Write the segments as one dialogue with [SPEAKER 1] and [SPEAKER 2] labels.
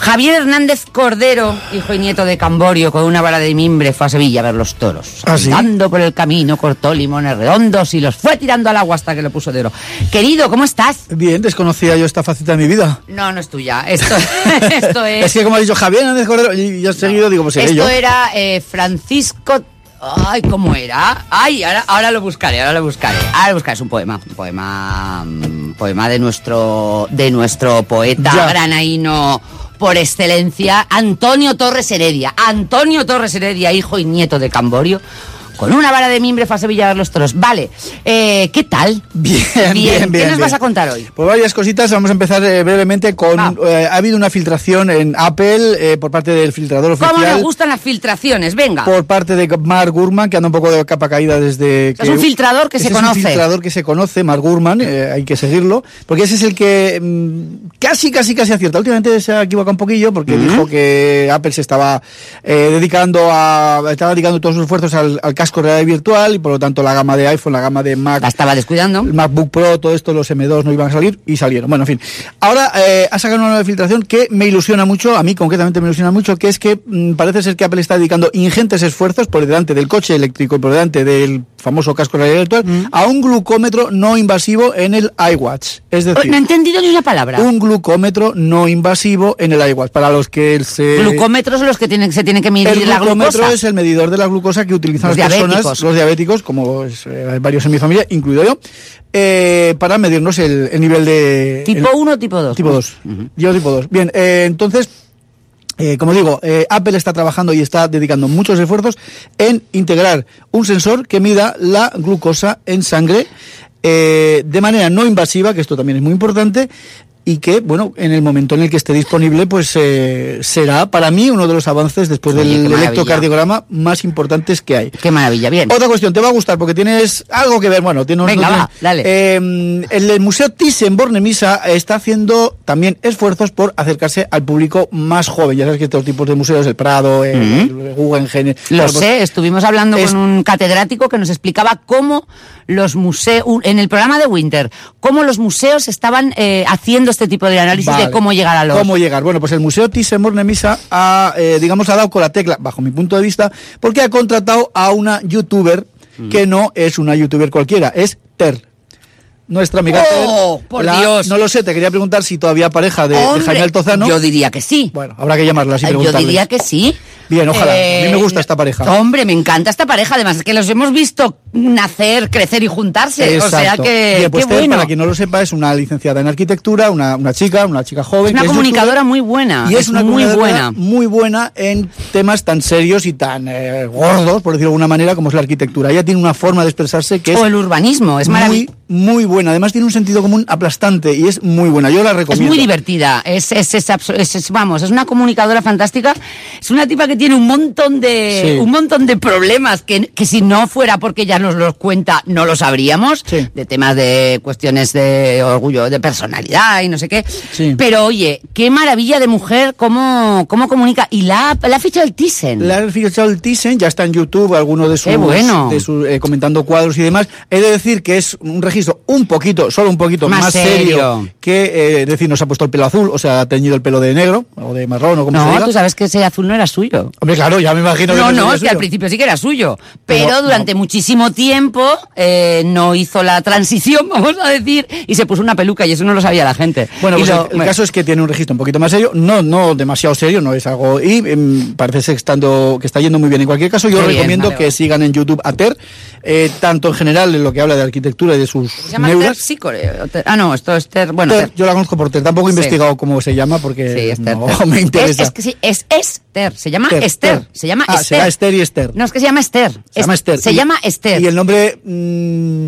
[SPEAKER 1] Javier Hernández Cordero, hijo y nieto de Camborio, con una vara de mimbre fue a Sevilla a ver los toros.
[SPEAKER 2] ¿Ah, sí?
[SPEAKER 1] Andando por el camino, cortó limones redondos y los fue tirando al agua hasta que lo puso de oro. Querido, ¿cómo estás?
[SPEAKER 2] Bien, desconocía yo esta faceta de mi vida.
[SPEAKER 1] No, no es tuya. Esto, esto es.
[SPEAKER 2] Es que como ha dicho Javier Hernández Cordero, y yo he seguido, digo, pues seré
[SPEAKER 1] Esto
[SPEAKER 2] yo.
[SPEAKER 1] era eh, Francisco. Ay, ¿cómo era? Ay, ahora, ahora lo buscaré, ahora lo buscaré. Ahora lo buscaré, es un poema. Un poema. mm, poema de nuestro. de nuestro poeta
[SPEAKER 2] Ya.
[SPEAKER 1] granaíno por excelencia, Antonio Torres Heredia. Antonio Torres Heredia, hijo y nieto de Camborio. Con una vara de mimbre fue a Sevilla a ver los toros. Vale, eh, ¿qué tal?
[SPEAKER 2] Bien, bien, bien.
[SPEAKER 1] ¿Qué nos
[SPEAKER 2] bien.
[SPEAKER 1] vas a contar hoy?
[SPEAKER 2] Pues varias cositas, vamos a empezar eh, brevemente con...
[SPEAKER 1] Ah.
[SPEAKER 2] eh, ha habido una filtración en Apple eh, por parte del filtrador oficial.
[SPEAKER 1] ¿Cómo nos gustan las filtraciones? Venga.
[SPEAKER 2] Por parte de Mark Gurman, que anda un poco de capa caída desde
[SPEAKER 1] es un filtrador que
[SPEAKER 2] Ese
[SPEAKER 1] se
[SPEAKER 2] es
[SPEAKER 1] conoce.
[SPEAKER 2] un filtrador que se conoce, Mark Gurman, eh, hay que seguirlo, porque ese es el que mm, casi, casi, casi acierta. Últimamente se ha equivocado un poquillo porque dijo que Apple se estaba eh, dedicando a estaba dedicando todos sus esfuerzos al, al casco real virtual y por lo tanto la gama de iPhone, la gama de Mac,
[SPEAKER 1] La estaba descuidando.
[SPEAKER 2] el MacBook Pro, todo esto, los M2 no iban a salir y salieron. Bueno, en fin. Ahora eh, ha sacado una nueva filtración que me ilusiona mucho, a mí concretamente me ilusiona mucho, que es que mm, parece ser que Apple está dedicando ingentes esfuerzos por delante del coche eléctrico y por delante del famoso casco de realidad virtual a un glucómetro no invasivo en el iWatch. Es
[SPEAKER 1] Oh, No he
[SPEAKER 2] decir,
[SPEAKER 1] entendido ni una palabra.
[SPEAKER 2] un glucómetro no invasivo en el iWatch. Para los que se...
[SPEAKER 1] glucómetros son los que tienen, se tienen que medir
[SPEAKER 2] El
[SPEAKER 1] la
[SPEAKER 2] glucómetro
[SPEAKER 1] glucosa.
[SPEAKER 2] es el medidor de la glucosa que utilizan
[SPEAKER 1] Los
[SPEAKER 2] las
[SPEAKER 1] diabéticos.
[SPEAKER 2] personas, los diabéticos, como es, eh, hay varios en mi familia, incluido yo, eh, para medirnos el, el nivel de...
[SPEAKER 1] Tipo
[SPEAKER 2] el-
[SPEAKER 1] 1 o tipo 2.
[SPEAKER 2] Tipo 2. Yo tipo 2. Bien, eh, entonces... eh, como digo, eh, Apple está trabajando y está dedicando muchos esfuerzos en integrar un sensor que mida la glucosa en sangre eh, de manera no invasiva, que esto también es muy importante, y que, bueno, en el momento en el que esté disponible, pues eh, será para mí uno de los avances después
[SPEAKER 1] Oye, qué
[SPEAKER 2] del
[SPEAKER 1] maravilla.
[SPEAKER 2] electrocardiograma más importantes que hay.
[SPEAKER 1] Qué maravilla, bien.
[SPEAKER 2] Otra cuestión, te va a gustar porque tienes algo que ver. Bueno, tiene un-
[SPEAKER 1] Venga,
[SPEAKER 2] no
[SPEAKER 1] va,
[SPEAKER 2] tiene-
[SPEAKER 1] dale.
[SPEAKER 2] Eh, el, el Museo Thyssen-Bornemisza está haciendo también esfuerzos por acercarse al público más joven. Ya sabes que estos tipos de museos, el Prado, eh, el Guggenheim.
[SPEAKER 1] Lo
[SPEAKER 2] bueno, pues,
[SPEAKER 1] sé, estuvimos hablando
[SPEAKER 2] es-
[SPEAKER 1] con un catedrático que nos explicaba cómo los museos, en el programa de Winter, cómo los museos estaban eh, haciendo este tipo de análisis de
[SPEAKER 2] Vale.
[SPEAKER 1] cómo llegar a los...
[SPEAKER 2] ¿Cómo llegar? Bueno, pues el Museo Thyssen-Bornemisza ha, eh, digamos, ha dado con la tecla, bajo mi punto de vista, porque ha contratado a una youtuber que no es una youtuber cualquiera, es Ter. Nuestra amiga
[SPEAKER 1] ¡Oh,
[SPEAKER 2] Ter.
[SPEAKER 1] por Dios!
[SPEAKER 2] No lo sé, te quería preguntar si todavía pareja de, de
[SPEAKER 1] Hombre,
[SPEAKER 2] Jaime Altozano.
[SPEAKER 1] Yo diría que sí.
[SPEAKER 2] Bueno, habrá que llamarla y
[SPEAKER 1] Eh, Yo
[SPEAKER 2] preguntarle.
[SPEAKER 1] diría que sí.
[SPEAKER 2] Bien, ojalá. A mí me gusta
[SPEAKER 1] no-
[SPEAKER 2] esta pareja.
[SPEAKER 1] Hombre, me encanta esta pareja. Además, es que los hemos visto nacer, crecer y juntarse. O sea
[SPEAKER 2] Exacto.
[SPEAKER 1] que.
[SPEAKER 2] Bien, pues
[SPEAKER 1] qué
[SPEAKER 2] Ter,
[SPEAKER 1] bueno.
[SPEAKER 2] para quien no lo sepa, es una licenciada en arquitectura, una, una chica, una chica joven.
[SPEAKER 1] Es una
[SPEAKER 2] que youtuber
[SPEAKER 1] comunicadora muy buena.
[SPEAKER 2] Y es,
[SPEAKER 1] Ah, es
[SPEAKER 2] una
[SPEAKER 1] muy
[SPEAKER 2] comunicadora
[SPEAKER 1] buena.
[SPEAKER 2] Muy buena en temas tan serios y tan eh, gordos, por decirlo de alguna manera, como es la arquitectura. Ella tiene una forma de expresarse que es
[SPEAKER 1] o el urbanismo, es
[SPEAKER 2] muy,
[SPEAKER 1] maravilloso.
[SPEAKER 2] muy buena. Además, tiene un sentido común aplastante y es muy buena. Yo la
[SPEAKER 1] Es
[SPEAKER 2] recomiendo.
[SPEAKER 1] muy divertida, es, es, es abso- es- es- vamos, es una comunicadora fantástica, es una tipa que tiene un montón de
[SPEAKER 2] Sí.
[SPEAKER 1] un montón de problemas que, que si no fuera porque ella nos los cuenta no lo sabríamos,
[SPEAKER 2] Sí.
[SPEAKER 1] de temas de cuestiones de orgullo, de personalidad y no sé qué.
[SPEAKER 2] Sí.
[SPEAKER 1] Pero oye, qué maravilla de mujer, cómo, cómo comunica. Y la, la ficha del Thyssen.
[SPEAKER 2] La han fichado el Thyssen, ya está en YouTube alguno de sus,
[SPEAKER 1] ¡Qué bueno!
[SPEAKER 2] de sus, eh, comentando cuadros y demás. He de decir que es un registro un poquito, solo un poquito
[SPEAKER 1] Más
[SPEAKER 2] más,
[SPEAKER 1] serio.
[SPEAKER 2] que eh, es decir, nos ha puesto el pelo azul, o sea, ha teñido el pelo de negro o de marrón o como se
[SPEAKER 1] no,
[SPEAKER 2] diga.
[SPEAKER 1] tú sabes que ese azul no era suyo.
[SPEAKER 2] Hombre, claro, ya me imagino.
[SPEAKER 1] No,
[SPEAKER 2] que
[SPEAKER 1] no,
[SPEAKER 2] sería
[SPEAKER 1] es que al
[SPEAKER 2] suyo.
[SPEAKER 1] principio sí que era suyo, pero
[SPEAKER 2] No, no.
[SPEAKER 1] durante muchísimo tiempo eh, no hizo la transición, vamos a decir, y se puso una peluca y eso no lo sabía la gente.
[SPEAKER 2] Bueno,
[SPEAKER 1] Y
[SPEAKER 2] pues
[SPEAKER 1] lo-
[SPEAKER 2] el, el caso es que tiene un registro un poquito más serio, no, no demasiado serio, no es algo y em, parece ser que estando que está yendo muy bien. En cualquier caso, yo
[SPEAKER 1] Qué bien,
[SPEAKER 2] recomiendo
[SPEAKER 1] vale,
[SPEAKER 2] que
[SPEAKER 1] vale.
[SPEAKER 2] sigan en YouTube a Ter, eh, tanto en general en lo que habla de arquitectura y de sus
[SPEAKER 1] se llama Ter
[SPEAKER 2] neuras.
[SPEAKER 1] Sicore, o Ter- Ah, no, esto es Ter, bueno,
[SPEAKER 2] Ter,
[SPEAKER 1] Ter-
[SPEAKER 2] yo la conozco por Ter, tampoco he
[SPEAKER 1] Sí.
[SPEAKER 2] investigado cómo se llama porque
[SPEAKER 1] Sí, es Ter,
[SPEAKER 2] eh, no
[SPEAKER 1] Ter.
[SPEAKER 2] me
[SPEAKER 1] Es-
[SPEAKER 2] interesa.
[SPEAKER 1] Es, que sí, es Esther, se llama
[SPEAKER 2] Ter,
[SPEAKER 1] Esther,
[SPEAKER 2] Ter.
[SPEAKER 1] se llama
[SPEAKER 2] Ah,
[SPEAKER 1] Esther.
[SPEAKER 2] será Esther y Esther.
[SPEAKER 1] No, es que se llama Esther.
[SPEAKER 2] Se llama Esther.
[SPEAKER 1] Se
[SPEAKER 2] Y-
[SPEAKER 1] llama Esther.
[SPEAKER 2] Y el nombre mm,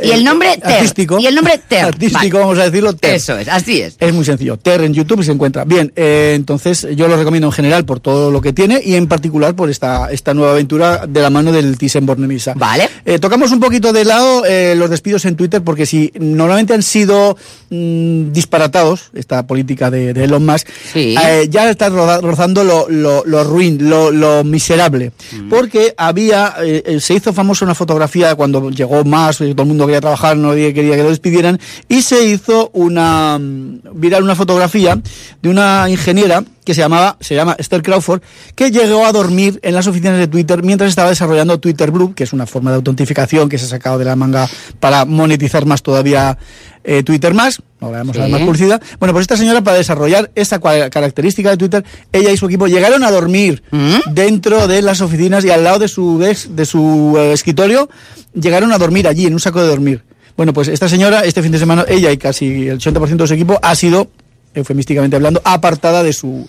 [SPEAKER 1] Y el nombre
[SPEAKER 2] eh,
[SPEAKER 1] Ter.
[SPEAKER 2] Artístico.
[SPEAKER 1] Y el nombre Ter.
[SPEAKER 2] Artístico,
[SPEAKER 1] Vale.
[SPEAKER 2] vamos a decirlo, Ter.
[SPEAKER 1] Eso es, así es.
[SPEAKER 2] Es muy sencillo. Ter en YouTube se encuentra. Bien, eh, entonces yo lo recomiendo en general por todo lo que tiene y en particular por esta, esta nueva aventura de la mano del Thyssen Bornemisza.
[SPEAKER 1] Vale.
[SPEAKER 2] Eh, tocamos un poquito de lado eh, los despidos en Twitter porque si normalmente han sido mm, disparatados, esta política de, de Elon Musk,
[SPEAKER 1] Sí.
[SPEAKER 2] eh, ya está roda- rozando lo, lo, lo ruin, lo, lo miserable. Porque había, eh, eh, se hizo famosa una fotografía cuando llegó más, todo el mundo quería trabajar, nadie quería que lo despidieran, y se hizo una mm, viral una fotografía de una ingeniera que se llamaba, se llama Esther Crawford, que llegó a dormir en las oficinas de Twitter mientras estaba desarrollando Twitter Blue, que es una forma de autentificación que se ha sacado de la manga para monetizar más todavía eh, Twitter más. Ahora vamos a ver
[SPEAKER 1] Sí.
[SPEAKER 2] más publicidad publicidad. Bueno, pues esta señora para desarrollar esa cua- característica de Twitter, ella y su equipo llegaron a dormir
[SPEAKER 1] ¿Mm?
[SPEAKER 2] dentro de las oficinas y al lado de su des- de su eh, escritorio llegaron a dormir allí en un saco de dormir. Bueno, pues esta señora este fin de semana ella y casi el 80% de su equipo ha sido eufemísticamente hablando apartada de su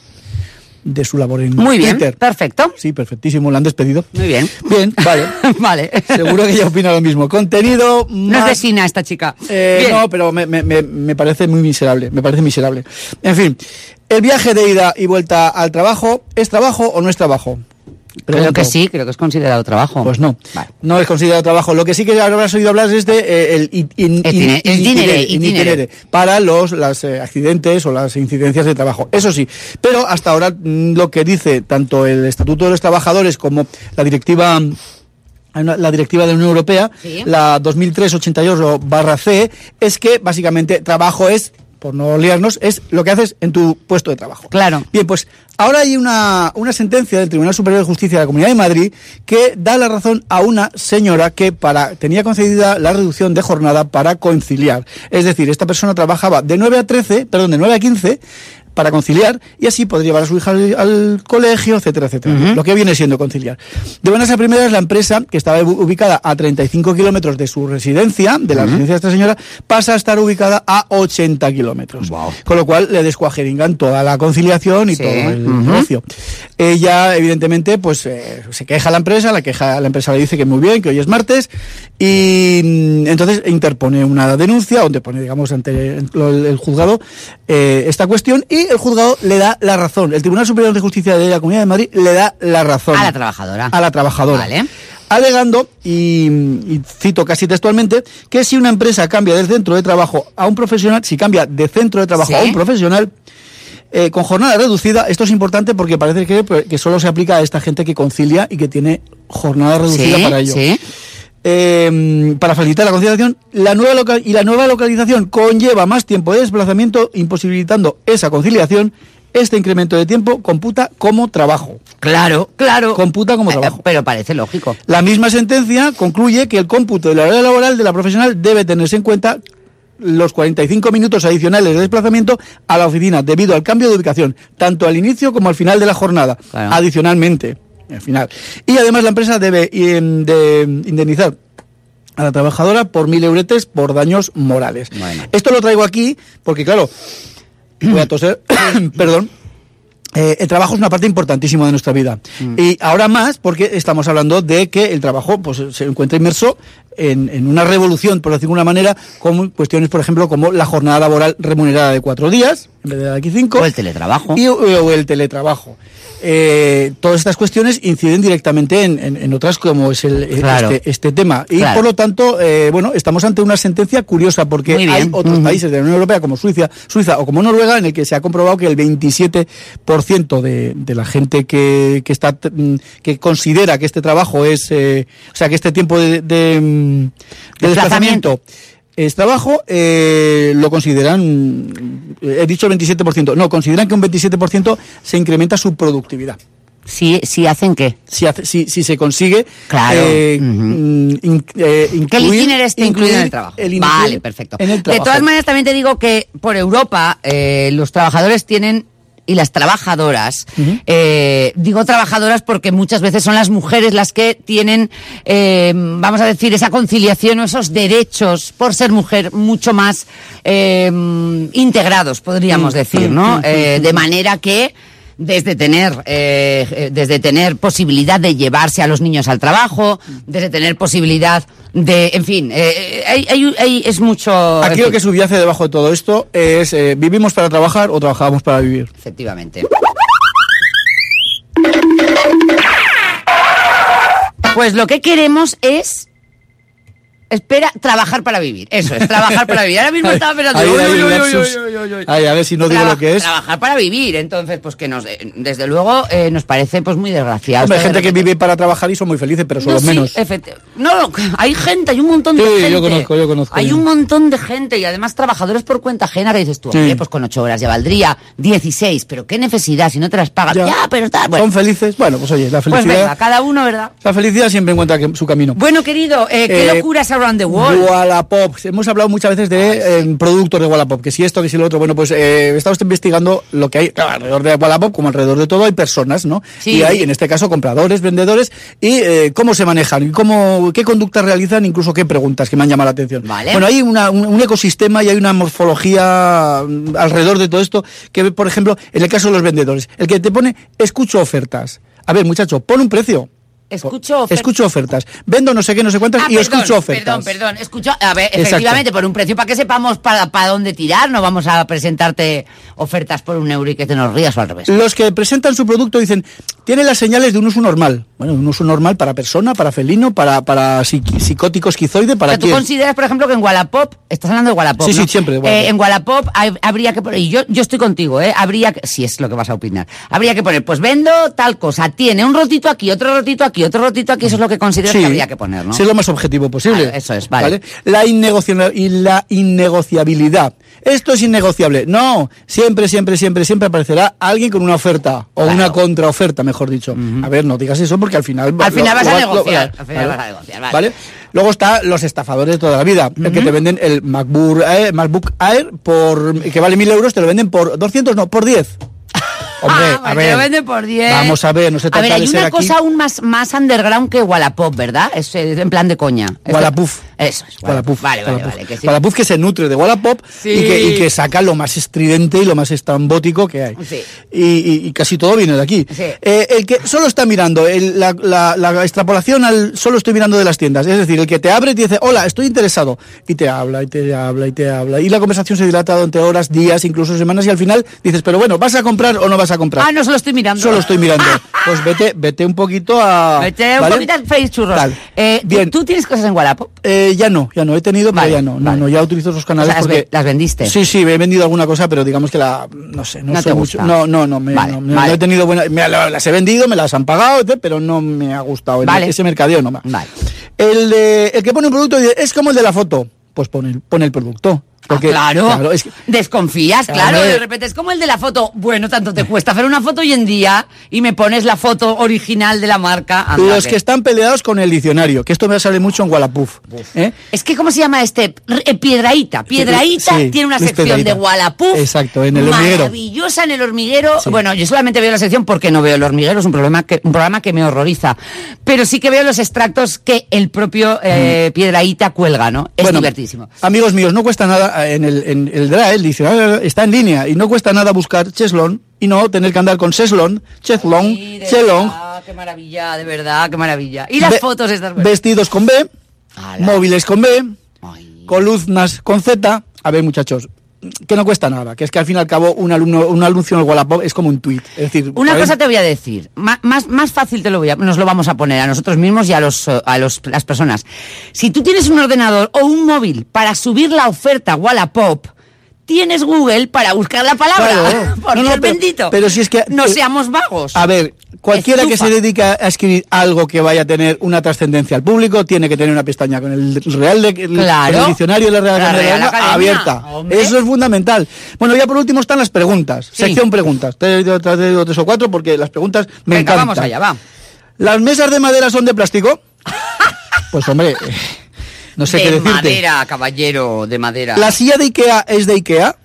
[SPEAKER 2] de su labor en
[SPEAKER 1] Muy bien,
[SPEAKER 2] Twitter.
[SPEAKER 1] perfecto.
[SPEAKER 2] Sí, perfectísimo, la han despedido.
[SPEAKER 1] Muy bien.
[SPEAKER 2] Bien, vale.
[SPEAKER 1] vale.
[SPEAKER 2] Seguro que ella opina lo mismo. Contenido
[SPEAKER 1] No es
[SPEAKER 2] más
[SPEAKER 1] de China esta chica.
[SPEAKER 2] eh,
[SPEAKER 1] Bien.
[SPEAKER 2] no, pero me, me- me- me parece muy miserable, me parece miserable. En fin, el viaje de ida y vuelta al trabajo, ¿es trabajo o no es trabajo?
[SPEAKER 1] creo
[SPEAKER 2] Pregunto.
[SPEAKER 1] que sí, creo que es considerado trabajo.
[SPEAKER 2] Pues no,
[SPEAKER 1] Vale.
[SPEAKER 2] no es considerado trabajo. Lo que sí que habrás oído hablar es de eh, el it- in-
[SPEAKER 1] Itine-
[SPEAKER 2] in-
[SPEAKER 1] itinere,
[SPEAKER 2] in-
[SPEAKER 1] itinere.
[SPEAKER 2] para los las, eh, accidentes o las incidencias de trabajo. Eso sí, pero hasta ahora mm, lo que dice tanto el Estatuto de los Trabajadores como la directiva mm, hay una- la directiva de la Unión Europea,
[SPEAKER 1] Sí.
[SPEAKER 2] la 2003-88 barra C, es que básicamente trabajo es, por no liarnos, es lo que haces en tu puesto de trabajo.
[SPEAKER 1] Claro.
[SPEAKER 2] Bien, pues ahora hay una, una sentencia del Tribunal Superior de Justicia de la Comunidad de Madrid que da la razón a una señora que para, tenía concedida la reducción de jornada para conciliar. Es decir, esta persona trabajaba de 9 a 13, perdón, de 9 a 15 para conciliar y así podría llevar a su hija al, al colegio, etcétera, etcétera. Lo que viene siendo conciliar. De buenas a primeras, la empresa, que estaba ubi- ubicada a 35 kilómetros de su residencia, de la residencia de esta señora, pasa a estar ubicada a 80 kilómetros.
[SPEAKER 1] Guau.
[SPEAKER 2] Con lo cual le descuajeringan toda la conciliación y
[SPEAKER 1] Sí.
[SPEAKER 2] todo el
[SPEAKER 1] Ujú.
[SPEAKER 2] negocio. Ella, evidentemente, pues eh, se queja a la empresa, la queja la empresa le dice que muy bien, que hoy es martes, y mm, entonces interpone una denuncia, donde pone, digamos, ante el, el juzgado eh, esta cuestión, y el juzgado le da la razón. El Tribunal Superior de Justicia de la Comunidad de Madrid le da la razón.
[SPEAKER 1] A la trabajadora.
[SPEAKER 2] A la trabajadora.
[SPEAKER 1] Vale.
[SPEAKER 2] Alegando, y, y cito casi textualmente, que si una empresa cambia del centro de trabajo a un profesional, si cambia de centro de trabajo a
[SPEAKER 1] Sí.
[SPEAKER 2] un profesional, eh, con jornada reducida, esto es importante porque parece que, que solo se aplica a esta gente que concilia y que tiene jornada reducida
[SPEAKER 1] Sí,
[SPEAKER 2] para ello.
[SPEAKER 1] sí.
[SPEAKER 2] Eh, para facilitar la conciliación, la nueva loca- y la nueva localización conlleva más tiempo de desplazamiento, imposibilitando esa conciliación. Este incremento de tiempo computa como trabajo.
[SPEAKER 1] Claro, claro.
[SPEAKER 2] Computa como
[SPEAKER 1] Eh,
[SPEAKER 2] trabajo.
[SPEAKER 1] Pero parece lógico.
[SPEAKER 2] La misma sentencia concluye que el cómputo de la hora laboral de la profesional debe tenerse en cuenta los 45 minutos adicionales de desplazamiento a la oficina debido al cambio de ubicación, tanto al inicio como al final de la jornada,
[SPEAKER 1] Claro.
[SPEAKER 2] adicionalmente, al final. Y además la empresa debe em, de indemnizar a la trabajadora por mil euretes por daños morales.
[SPEAKER 1] Bueno.
[SPEAKER 2] Esto lo traigo aquí porque, claro, voy a toser, perdón. Eh, el trabajo es una parte importantísima de nuestra vida.
[SPEAKER 1] Mm.
[SPEAKER 2] Y ahora más porque estamos hablando de que el trabajo pues, se encuentra inmerso en, en una revolución, por decirlo de alguna manera, con cuestiones, por ejemplo, como la jornada laboral remunerada de cuatro días, en vez de aquí cinco.
[SPEAKER 1] O el teletrabajo.
[SPEAKER 2] Y, o el teletrabajo. Eh, todas estas cuestiones inciden directamente en, en- en otras como es el,
[SPEAKER 1] Claro.
[SPEAKER 2] este, este tema. Y
[SPEAKER 1] Claro.
[SPEAKER 2] por lo tanto, eh, bueno, estamos ante una sentencia curiosa porque
[SPEAKER 1] Muy bien.
[SPEAKER 2] hay otros
[SPEAKER 1] Ujú.
[SPEAKER 2] países de la Unión Europea como Suiza, Suiza o como Noruega en el que se ha comprobado que el 27% de, de la gente que, que está mm, que considera que este trabajo es eh, o sea que este tiempo de, de, mm, de
[SPEAKER 1] Desplazamiento.
[SPEAKER 2] desplazamiento es trabajo, eh, lo consideran, mm, he dicho el 27%, no, consideran que un 27% se incrementa su productividad.
[SPEAKER 1] Sí, sí, ¿hacen qué?
[SPEAKER 2] Si, hace- si, si se consigue
[SPEAKER 1] Claro.
[SPEAKER 2] eh,
[SPEAKER 1] Ujú.
[SPEAKER 2] mm, in- eh, incluir,
[SPEAKER 1] Que el itinerario esté incluido en el trabajo.
[SPEAKER 2] el incluir
[SPEAKER 1] vale, perfecto.
[SPEAKER 2] en el
[SPEAKER 1] De
[SPEAKER 2] trabajo.
[SPEAKER 1] todas maneras, también te digo que por Europa eh, los trabajadores tienen y las trabajadoras,
[SPEAKER 2] Ujú.
[SPEAKER 1] eh, digo trabajadoras porque muchas veces son las mujeres las que tienen, eh, vamos a decir, esa conciliación o esos derechos por ser mujer mucho más
[SPEAKER 2] Mm,
[SPEAKER 1] eh, integrados, podríamos decir, ¿no? Eh, de manera que desde tener, eh, eh, desde tener posibilidad de llevarse a los niños al trabajo, desde tener posibilidad de, en fin, eh, hay, hay- hay- es mucho. en
[SPEAKER 2] Aquí lo
[SPEAKER 1] fin,
[SPEAKER 2] que subyace debajo de todo esto es eh, vivimos para trabajar o trabajamos para vivir.
[SPEAKER 1] Efectivamente. Pues lo que queremos es. Espera, trabajar para vivir. Eso es, trabajar para vivir. Ahora mismo estaba pensando.
[SPEAKER 2] Ahí,
[SPEAKER 1] uy,
[SPEAKER 2] ahí,
[SPEAKER 1] uy, uy, uy,
[SPEAKER 2] versus-
[SPEAKER 1] uy, uy, uy.
[SPEAKER 2] Ay, a ver si no digo
[SPEAKER 1] Traba-
[SPEAKER 2] lo que es.
[SPEAKER 1] Trabajar para vivir, entonces, pues que nos, eh, desde luego, eh, nos parece pues muy desgraciado.
[SPEAKER 2] Hombre, hay
[SPEAKER 1] esto de
[SPEAKER 2] gente que
[SPEAKER 1] repente-
[SPEAKER 2] vive para trabajar y son muy felices, pero son
[SPEAKER 1] No,
[SPEAKER 2] los
[SPEAKER 1] sí,
[SPEAKER 2] menos.
[SPEAKER 1] efecti- no, hay gente, hay un montón de
[SPEAKER 2] Sí, yo
[SPEAKER 1] gente.
[SPEAKER 2] conozco, yo conozco,
[SPEAKER 1] Hay
[SPEAKER 2] yo.
[SPEAKER 1] un montón de gente y además trabajadores por cuenta ajena que dices tú,
[SPEAKER 2] Sí.
[SPEAKER 1] hombre, pues con ocho horas ya valdría 16, pero qué necesidad si no te las pagas. Ya, pero está.
[SPEAKER 2] Son
[SPEAKER 1] Bueno,
[SPEAKER 2] felices. Bueno, pues oye, la
[SPEAKER 1] pues
[SPEAKER 2] felicidad,
[SPEAKER 1] venga, cada uno, ¿verdad?
[SPEAKER 2] la felicidad siempre encuentra que- su camino.
[SPEAKER 1] Bueno, querido, eh, qué
[SPEAKER 2] Eh,
[SPEAKER 1] locuras around the world.
[SPEAKER 2] Wallapop. Hemos hablado muchas veces de eh, productos de Wallapop, que si esto, que si lo otro. Bueno, pues eh, estamos investigando lo que hay claro, alrededor de Wallapop, como alrededor de todo hay personas, ¿no?
[SPEAKER 1] Sí.
[SPEAKER 2] Y hay, en este caso, compradores, vendedores, y eh, cómo se manejan, y cómo, qué conductas realizan, incluso qué preguntas que me han llamado la atención.
[SPEAKER 1] Vale.
[SPEAKER 2] Bueno, hay una- un, un ecosistema y hay una morfología mm, alrededor de todo esto, que, por ejemplo, en el caso de los vendedores, el que te pone, escucho ofertas. A ver, muchacho, pon un precio.
[SPEAKER 1] Escucho ofertas.
[SPEAKER 2] Escucho ofertas. Vendo no sé qué, no sé cuántas
[SPEAKER 1] Ah,
[SPEAKER 2] y
[SPEAKER 1] perdón,
[SPEAKER 2] escucho
[SPEAKER 1] Perdón,
[SPEAKER 2] ofertas.
[SPEAKER 1] perdón, escucho, a ver,
[SPEAKER 2] Exacto.
[SPEAKER 1] efectivamente, por un precio, para que sepamos para, para dónde tirar, no vamos a presentarte ofertas por un euro y que te nos rías o al revés.
[SPEAKER 2] Los que presentan su producto dicen, tiene las señales de un uso normal. Bueno, un uso normal para persona, para felino, para, para psiqui- psicótico esquizoide,
[SPEAKER 1] O
[SPEAKER 2] para
[SPEAKER 1] sea, tú
[SPEAKER 2] quién?
[SPEAKER 1] consideras, por ejemplo, que en Wallapop, estás hablando de Wallapop,
[SPEAKER 2] Sí, sí,
[SPEAKER 1] ¿no?
[SPEAKER 2] siempre de Wallapop.
[SPEAKER 1] Eh, en Wallapop hay- habría que poner, y yo, yo estoy contigo, ¿eh? Habría que, si es lo que vas a opinar, habría que poner, pues vendo tal cosa, tiene un rotito aquí, otro rotito aquí, otro rotito aquí, eso es lo que consideras que habría que poner, ¿no?
[SPEAKER 2] ser lo más objetivo posible.
[SPEAKER 1] Ah, eso es, vale.
[SPEAKER 2] La, innegocia- y la innegociabilidad. Esto es innegociable. No, siempre, siempre, siempre, siempre aparecerá alguien con una oferta o
[SPEAKER 1] Claro.
[SPEAKER 2] una contraoferta, mejor dicho. A ver, no digas eso porque al final...
[SPEAKER 1] Al final vas a
[SPEAKER 2] lo-
[SPEAKER 1] negociar,
[SPEAKER 2] lo-
[SPEAKER 1] al final vas a negociar, vale.
[SPEAKER 2] Luego está los estafadores de toda la vida, el que te venden el MacBook Air, MacBook Air por, que vale mil euros, te lo venden por 200, no, por 10. Hombre,
[SPEAKER 1] Ah,
[SPEAKER 2] a
[SPEAKER 1] te
[SPEAKER 2] ver,
[SPEAKER 1] lo venden por 10.
[SPEAKER 2] Vamos a ver, no se
[SPEAKER 1] A
[SPEAKER 2] trata
[SPEAKER 1] ver, hay
[SPEAKER 2] de ser
[SPEAKER 1] una
[SPEAKER 2] aquí-
[SPEAKER 1] cosa aún más, más underground que Wallapop, ¿verdad? Es eh, en plan de coña. Es-
[SPEAKER 2] Wallapuf.
[SPEAKER 1] Eso es, Wallapop.
[SPEAKER 2] Wallapop,
[SPEAKER 1] Vale, vale,
[SPEAKER 2] Wallapop.
[SPEAKER 1] vale. Que sí.
[SPEAKER 2] Wallapop que se nutre de Wallapop
[SPEAKER 1] Sí.
[SPEAKER 2] y, que, y que saca lo más estridente y lo más estrambótico que hay.
[SPEAKER 1] Sí.
[SPEAKER 2] Y, y- y casi todo viene de aquí.
[SPEAKER 1] Sí.
[SPEAKER 2] Eh, el que solo está mirando, el- la, la- la extrapolación al solo estoy mirando de las tiendas. Es decir, el que te abre y te dice, hola, estoy interesado. Y te habla, y te habla, y te habla. Y la conversación se dilata durante horas, días, incluso semanas. Y al final dices, pero bueno, ¿vas a comprar o no vas a comprar?
[SPEAKER 1] Ah, no se lo estoy mirando.
[SPEAKER 2] Solo estoy mirando. Pues vete, vete un poquito a.
[SPEAKER 1] Vete un
[SPEAKER 2] ¿vale?
[SPEAKER 1] poquito al Face Churros.
[SPEAKER 2] Tal.
[SPEAKER 1] Eh, ¿tú-
[SPEAKER 2] Bien.
[SPEAKER 1] ¿Tú tienes cosas en Wallapop?
[SPEAKER 2] Eh, ya no, ya no, he tenido,
[SPEAKER 1] Vale,
[SPEAKER 2] pero ya no, no,
[SPEAKER 1] vale.
[SPEAKER 2] no, ya utilizo esos canales
[SPEAKER 1] O sea, las
[SPEAKER 2] porque...
[SPEAKER 1] ve- las vendiste.
[SPEAKER 2] Sí, sí, he vendido alguna cosa, pero digamos que la, no sé, no,
[SPEAKER 1] No
[SPEAKER 2] soy
[SPEAKER 1] te
[SPEAKER 2] mucho-
[SPEAKER 1] gusta.
[SPEAKER 2] No, no, no, me,
[SPEAKER 1] Vale,
[SPEAKER 2] no, no
[SPEAKER 1] vale.
[SPEAKER 2] he tenido buena, me la- las he vendido, me las han pagado, etc., pero no me ha gustado el-
[SPEAKER 1] Vale.
[SPEAKER 2] ese mercadeo, no me ha-
[SPEAKER 1] Vale.
[SPEAKER 2] El, de- el que pone un producto y dice, es como el de la foto, pues pone, el- pone el producto. Porque,
[SPEAKER 1] Ah, claro.
[SPEAKER 2] es que-
[SPEAKER 1] Desconfías,
[SPEAKER 2] Claro,
[SPEAKER 1] claro.
[SPEAKER 2] hombre.
[SPEAKER 1] De repente es como el de la foto. Bueno, tanto te cuesta hacer una foto hoy en día y me pones la foto original de la marca. Anda,
[SPEAKER 2] los que están peleados con el diccionario, que esto me sale mucho en Wallapuf. ¿eh?
[SPEAKER 1] Es que, ¿cómo se llama este? R- eh, Piedraíta. Piedraíta
[SPEAKER 2] Este, Sí,
[SPEAKER 1] tiene una
[SPEAKER 2] Luis
[SPEAKER 1] sección
[SPEAKER 2] Piedrahíta.
[SPEAKER 1] de Wallapop.
[SPEAKER 2] Exacto, en El Hormiguero.
[SPEAKER 1] Maravillosa en el hormiguero. Bueno, yo solamente veo la sección porque no veo el hormiguero, es un, problema que, un programa que me horroriza. Pero sí que veo los extractos que el propio eh, Piedraíta cuelga, ¿no? Es
[SPEAKER 2] Mm. Bueno,
[SPEAKER 1] divertísimo.
[SPEAKER 2] Amigos míos, no cuesta nada eh, en el, en el Drive, el diccionario está en línea y no cuesta nada buscar cheslón y no tener que andar con cheslón, cheslón,
[SPEAKER 1] Sí, de
[SPEAKER 2] chelón,
[SPEAKER 1] verdad, Qué maravilla, de verdad, qué maravilla. Y las
[SPEAKER 2] ve-
[SPEAKER 1] fotos estas. bueno.
[SPEAKER 2] vestidos con B,
[SPEAKER 1] Ala.
[SPEAKER 2] móviles con B,
[SPEAKER 1] Ay.
[SPEAKER 2] columnas con Z. A ver, muchachos, que no cuesta nada, que es que al fin y al cabo un alumno, un anuncio en el Wallapop es como un tweet, es decir,
[SPEAKER 1] Una
[SPEAKER 2] ¿sabes?
[SPEAKER 1] cosa te voy a decir, ma- más, más fácil te lo voy a, nos lo vamos a poner a nosotros mismos y a, los, eh, a los, las personas. Si tú tienes un ordenador o un móvil para subir la oferta Wallapop, tienes Google para buscar la palabra.
[SPEAKER 2] Claro.
[SPEAKER 1] Por
[SPEAKER 2] No, no,
[SPEAKER 1] Dios
[SPEAKER 2] pero-
[SPEAKER 1] bendito.
[SPEAKER 2] pero si es que-
[SPEAKER 1] No
[SPEAKER 2] eh,
[SPEAKER 1] seamos vagos.
[SPEAKER 2] A ver, cualquiera que
[SPEAKER 1] Estufa.
[SPEAKER 2] se dedica a escribir algo que vaya a tener una trascendencia al público tiene que tener una pestaña con el Real de- el-
[SPEAKER 1] Claro.
[SPEAKER 2] con el diccionario de la Real,
[SPEAKER 1] La
[SPEAKER 2] Academia de
[SPEAKER 1] Real
[SPEAKER 2] la Lengua
[SPEAKER 1] Academia,
[SPEAKER 2] abierta.
[SPEAKER 1] hombre.
[SPEAKER 2] Eso es fundamental. Bueno, ya por último están las preguntas.
[SPEAKER 1] Sí.
[SPEAKER 2] Sección preguntas. Te he dicho- te he dicho tres o cuatro porque las preguntas me
[SPEAKER 1] Venga,
[SPEAKER 2] encantan.
[SPEAKER 1] vamos allá, va.
[SPEAKER 2] ¿Las mesas de madera son de plástico? Pues hombre, eh, no sé
[SPEAKER 1] de
[SPEAKER 2] qué decirte.
[SPEAKER 1] madera, caballero, de madera.
[SPEAKER 2] ¿La silla de Ikea es de Ikea?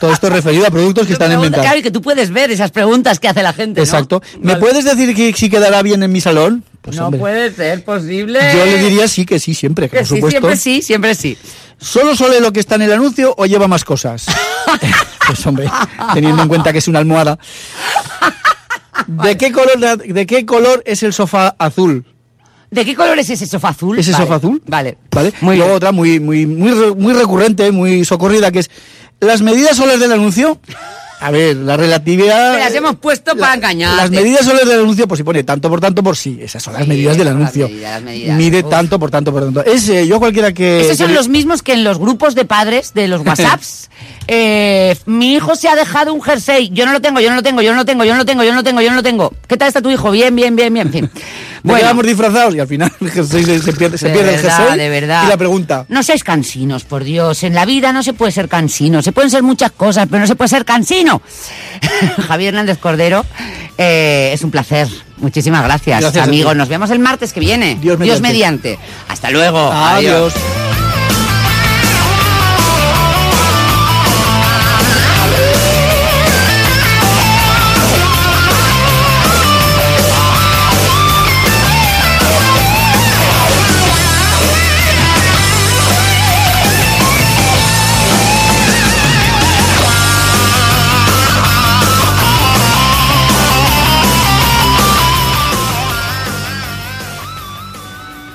[SPEAKER 2] Todo esto referido a productos que
[SPEAKER 1] Yo
[SPEAKER 2] están
[SPEAKER 1] pregunto-
[SPEAKER 2] inventados.
[SPEAKER 1] Claro, y que tú puedes ver esas preguntas que hace la gente. ¿no?
[SPEAKER 2] Exacto. ¿Me
[SPEAKER 1] Vale.
[SPEAKER 2] puedes decir que si quedará bien en mi salón? Pues,
[SPEAKER 1] no
[SPEAKER 2] hombre,
[SPEAKER 1] puede ser posible.
[SPEAKER 2] Yo le diría sí que sí, siempre,
[SPEAKER 1] que
[SPEAKER 2] por
[SPEAKER 1] sí,
[SPEAKER 2] supuesto.
[SPEAKER 1] siempre sí, siempre sí.
[SPEAKER 2] ¿Solo sale lo que está en el anuncio o lleva más cosas? Pues hombre, teniendo en cuenta que es una almohada. ¿De qué color, de qué color es el sofá azul?
[SPEAKER 1] ¿De qué color es ese sofá azul?
[SPEAKER 2] Ese
[SPEAKER 1] Vale,
[SPEAKER 2] sofá azul.
[SPEAKER 1] Vale.
[SPEAKER 2] ¿Vale?
[SPEAKER 1] Muy
[SPEAKER 2] y luego
[SPEAKER 1] bien.
[SPEAKER 2] otra muy, muy, muy, re- muy recurrente, muy socorrida, que es las medidas soles del anuncio. A ver, la relatividad.
[SPEAKER 1] Te las hemos puesto para engañarte.
[SPEAKER 2] Las medidas soles del anuncio, pues si pone tanto por tanto por sí. Esas son las
[SPEAKER 1] Sí,
[SPEAKER 2] medidas del
[SPEAKER 1] las
[SPEAKER 2] anuncio.
[SPEAKER 1] medidas, las medidas.
[SPEAKER 2] Mide
[SPEAKER 1] Uf.
[SPEAKER 2] tanto por tanto por tanto. Es eh, yo cualquiera que.
[SPEAKER 1] Esos son
[SPEAKER 2] que-
[SPEAKER 1] los mismos que en los grupos de padres de los WhatsApps. Eh, mi hijo se ha dejado un jersey. Yo no lo tengo, yo no lo tengo, yo no lo tengo, yo no lo tengo, yo no lo tengo, yo no lo tengo. ¿Qué tal está tu hijo? Bien, bien, bien, bien. En fin.
[SPEAKER 2] ¿De qué vamos disfrazados y al final el jersey se, se pierde, se
[SPEAKER 1] de
[SPEAKER 2] pierde
[SPEAKER 1] verdad,
[SPEAKER 2] el jersey.
[SPEAKER 1] de verdad.
[SPEAKER 2] Y la pregunta.
[SPEAKER 1] No seáis cansinos, por Dios. En la vida no se puede ser cansino. Se pueden ser muchas cosas, pero no se puede ser cansino. Javier Hernández Cordero, eh, es un placer. Muchísimas gracias,
[SPEAKER 2] Gracias a ti.
[SPEAKER 1] amigos. Nos vemos el martes que viene.
[SPEAKER 2] Dios mediante.
[SPEAKER 1] mediante. Hasta luego.
[SPEAKER 2] Adiós.
[SPEAKER 1] Adiós.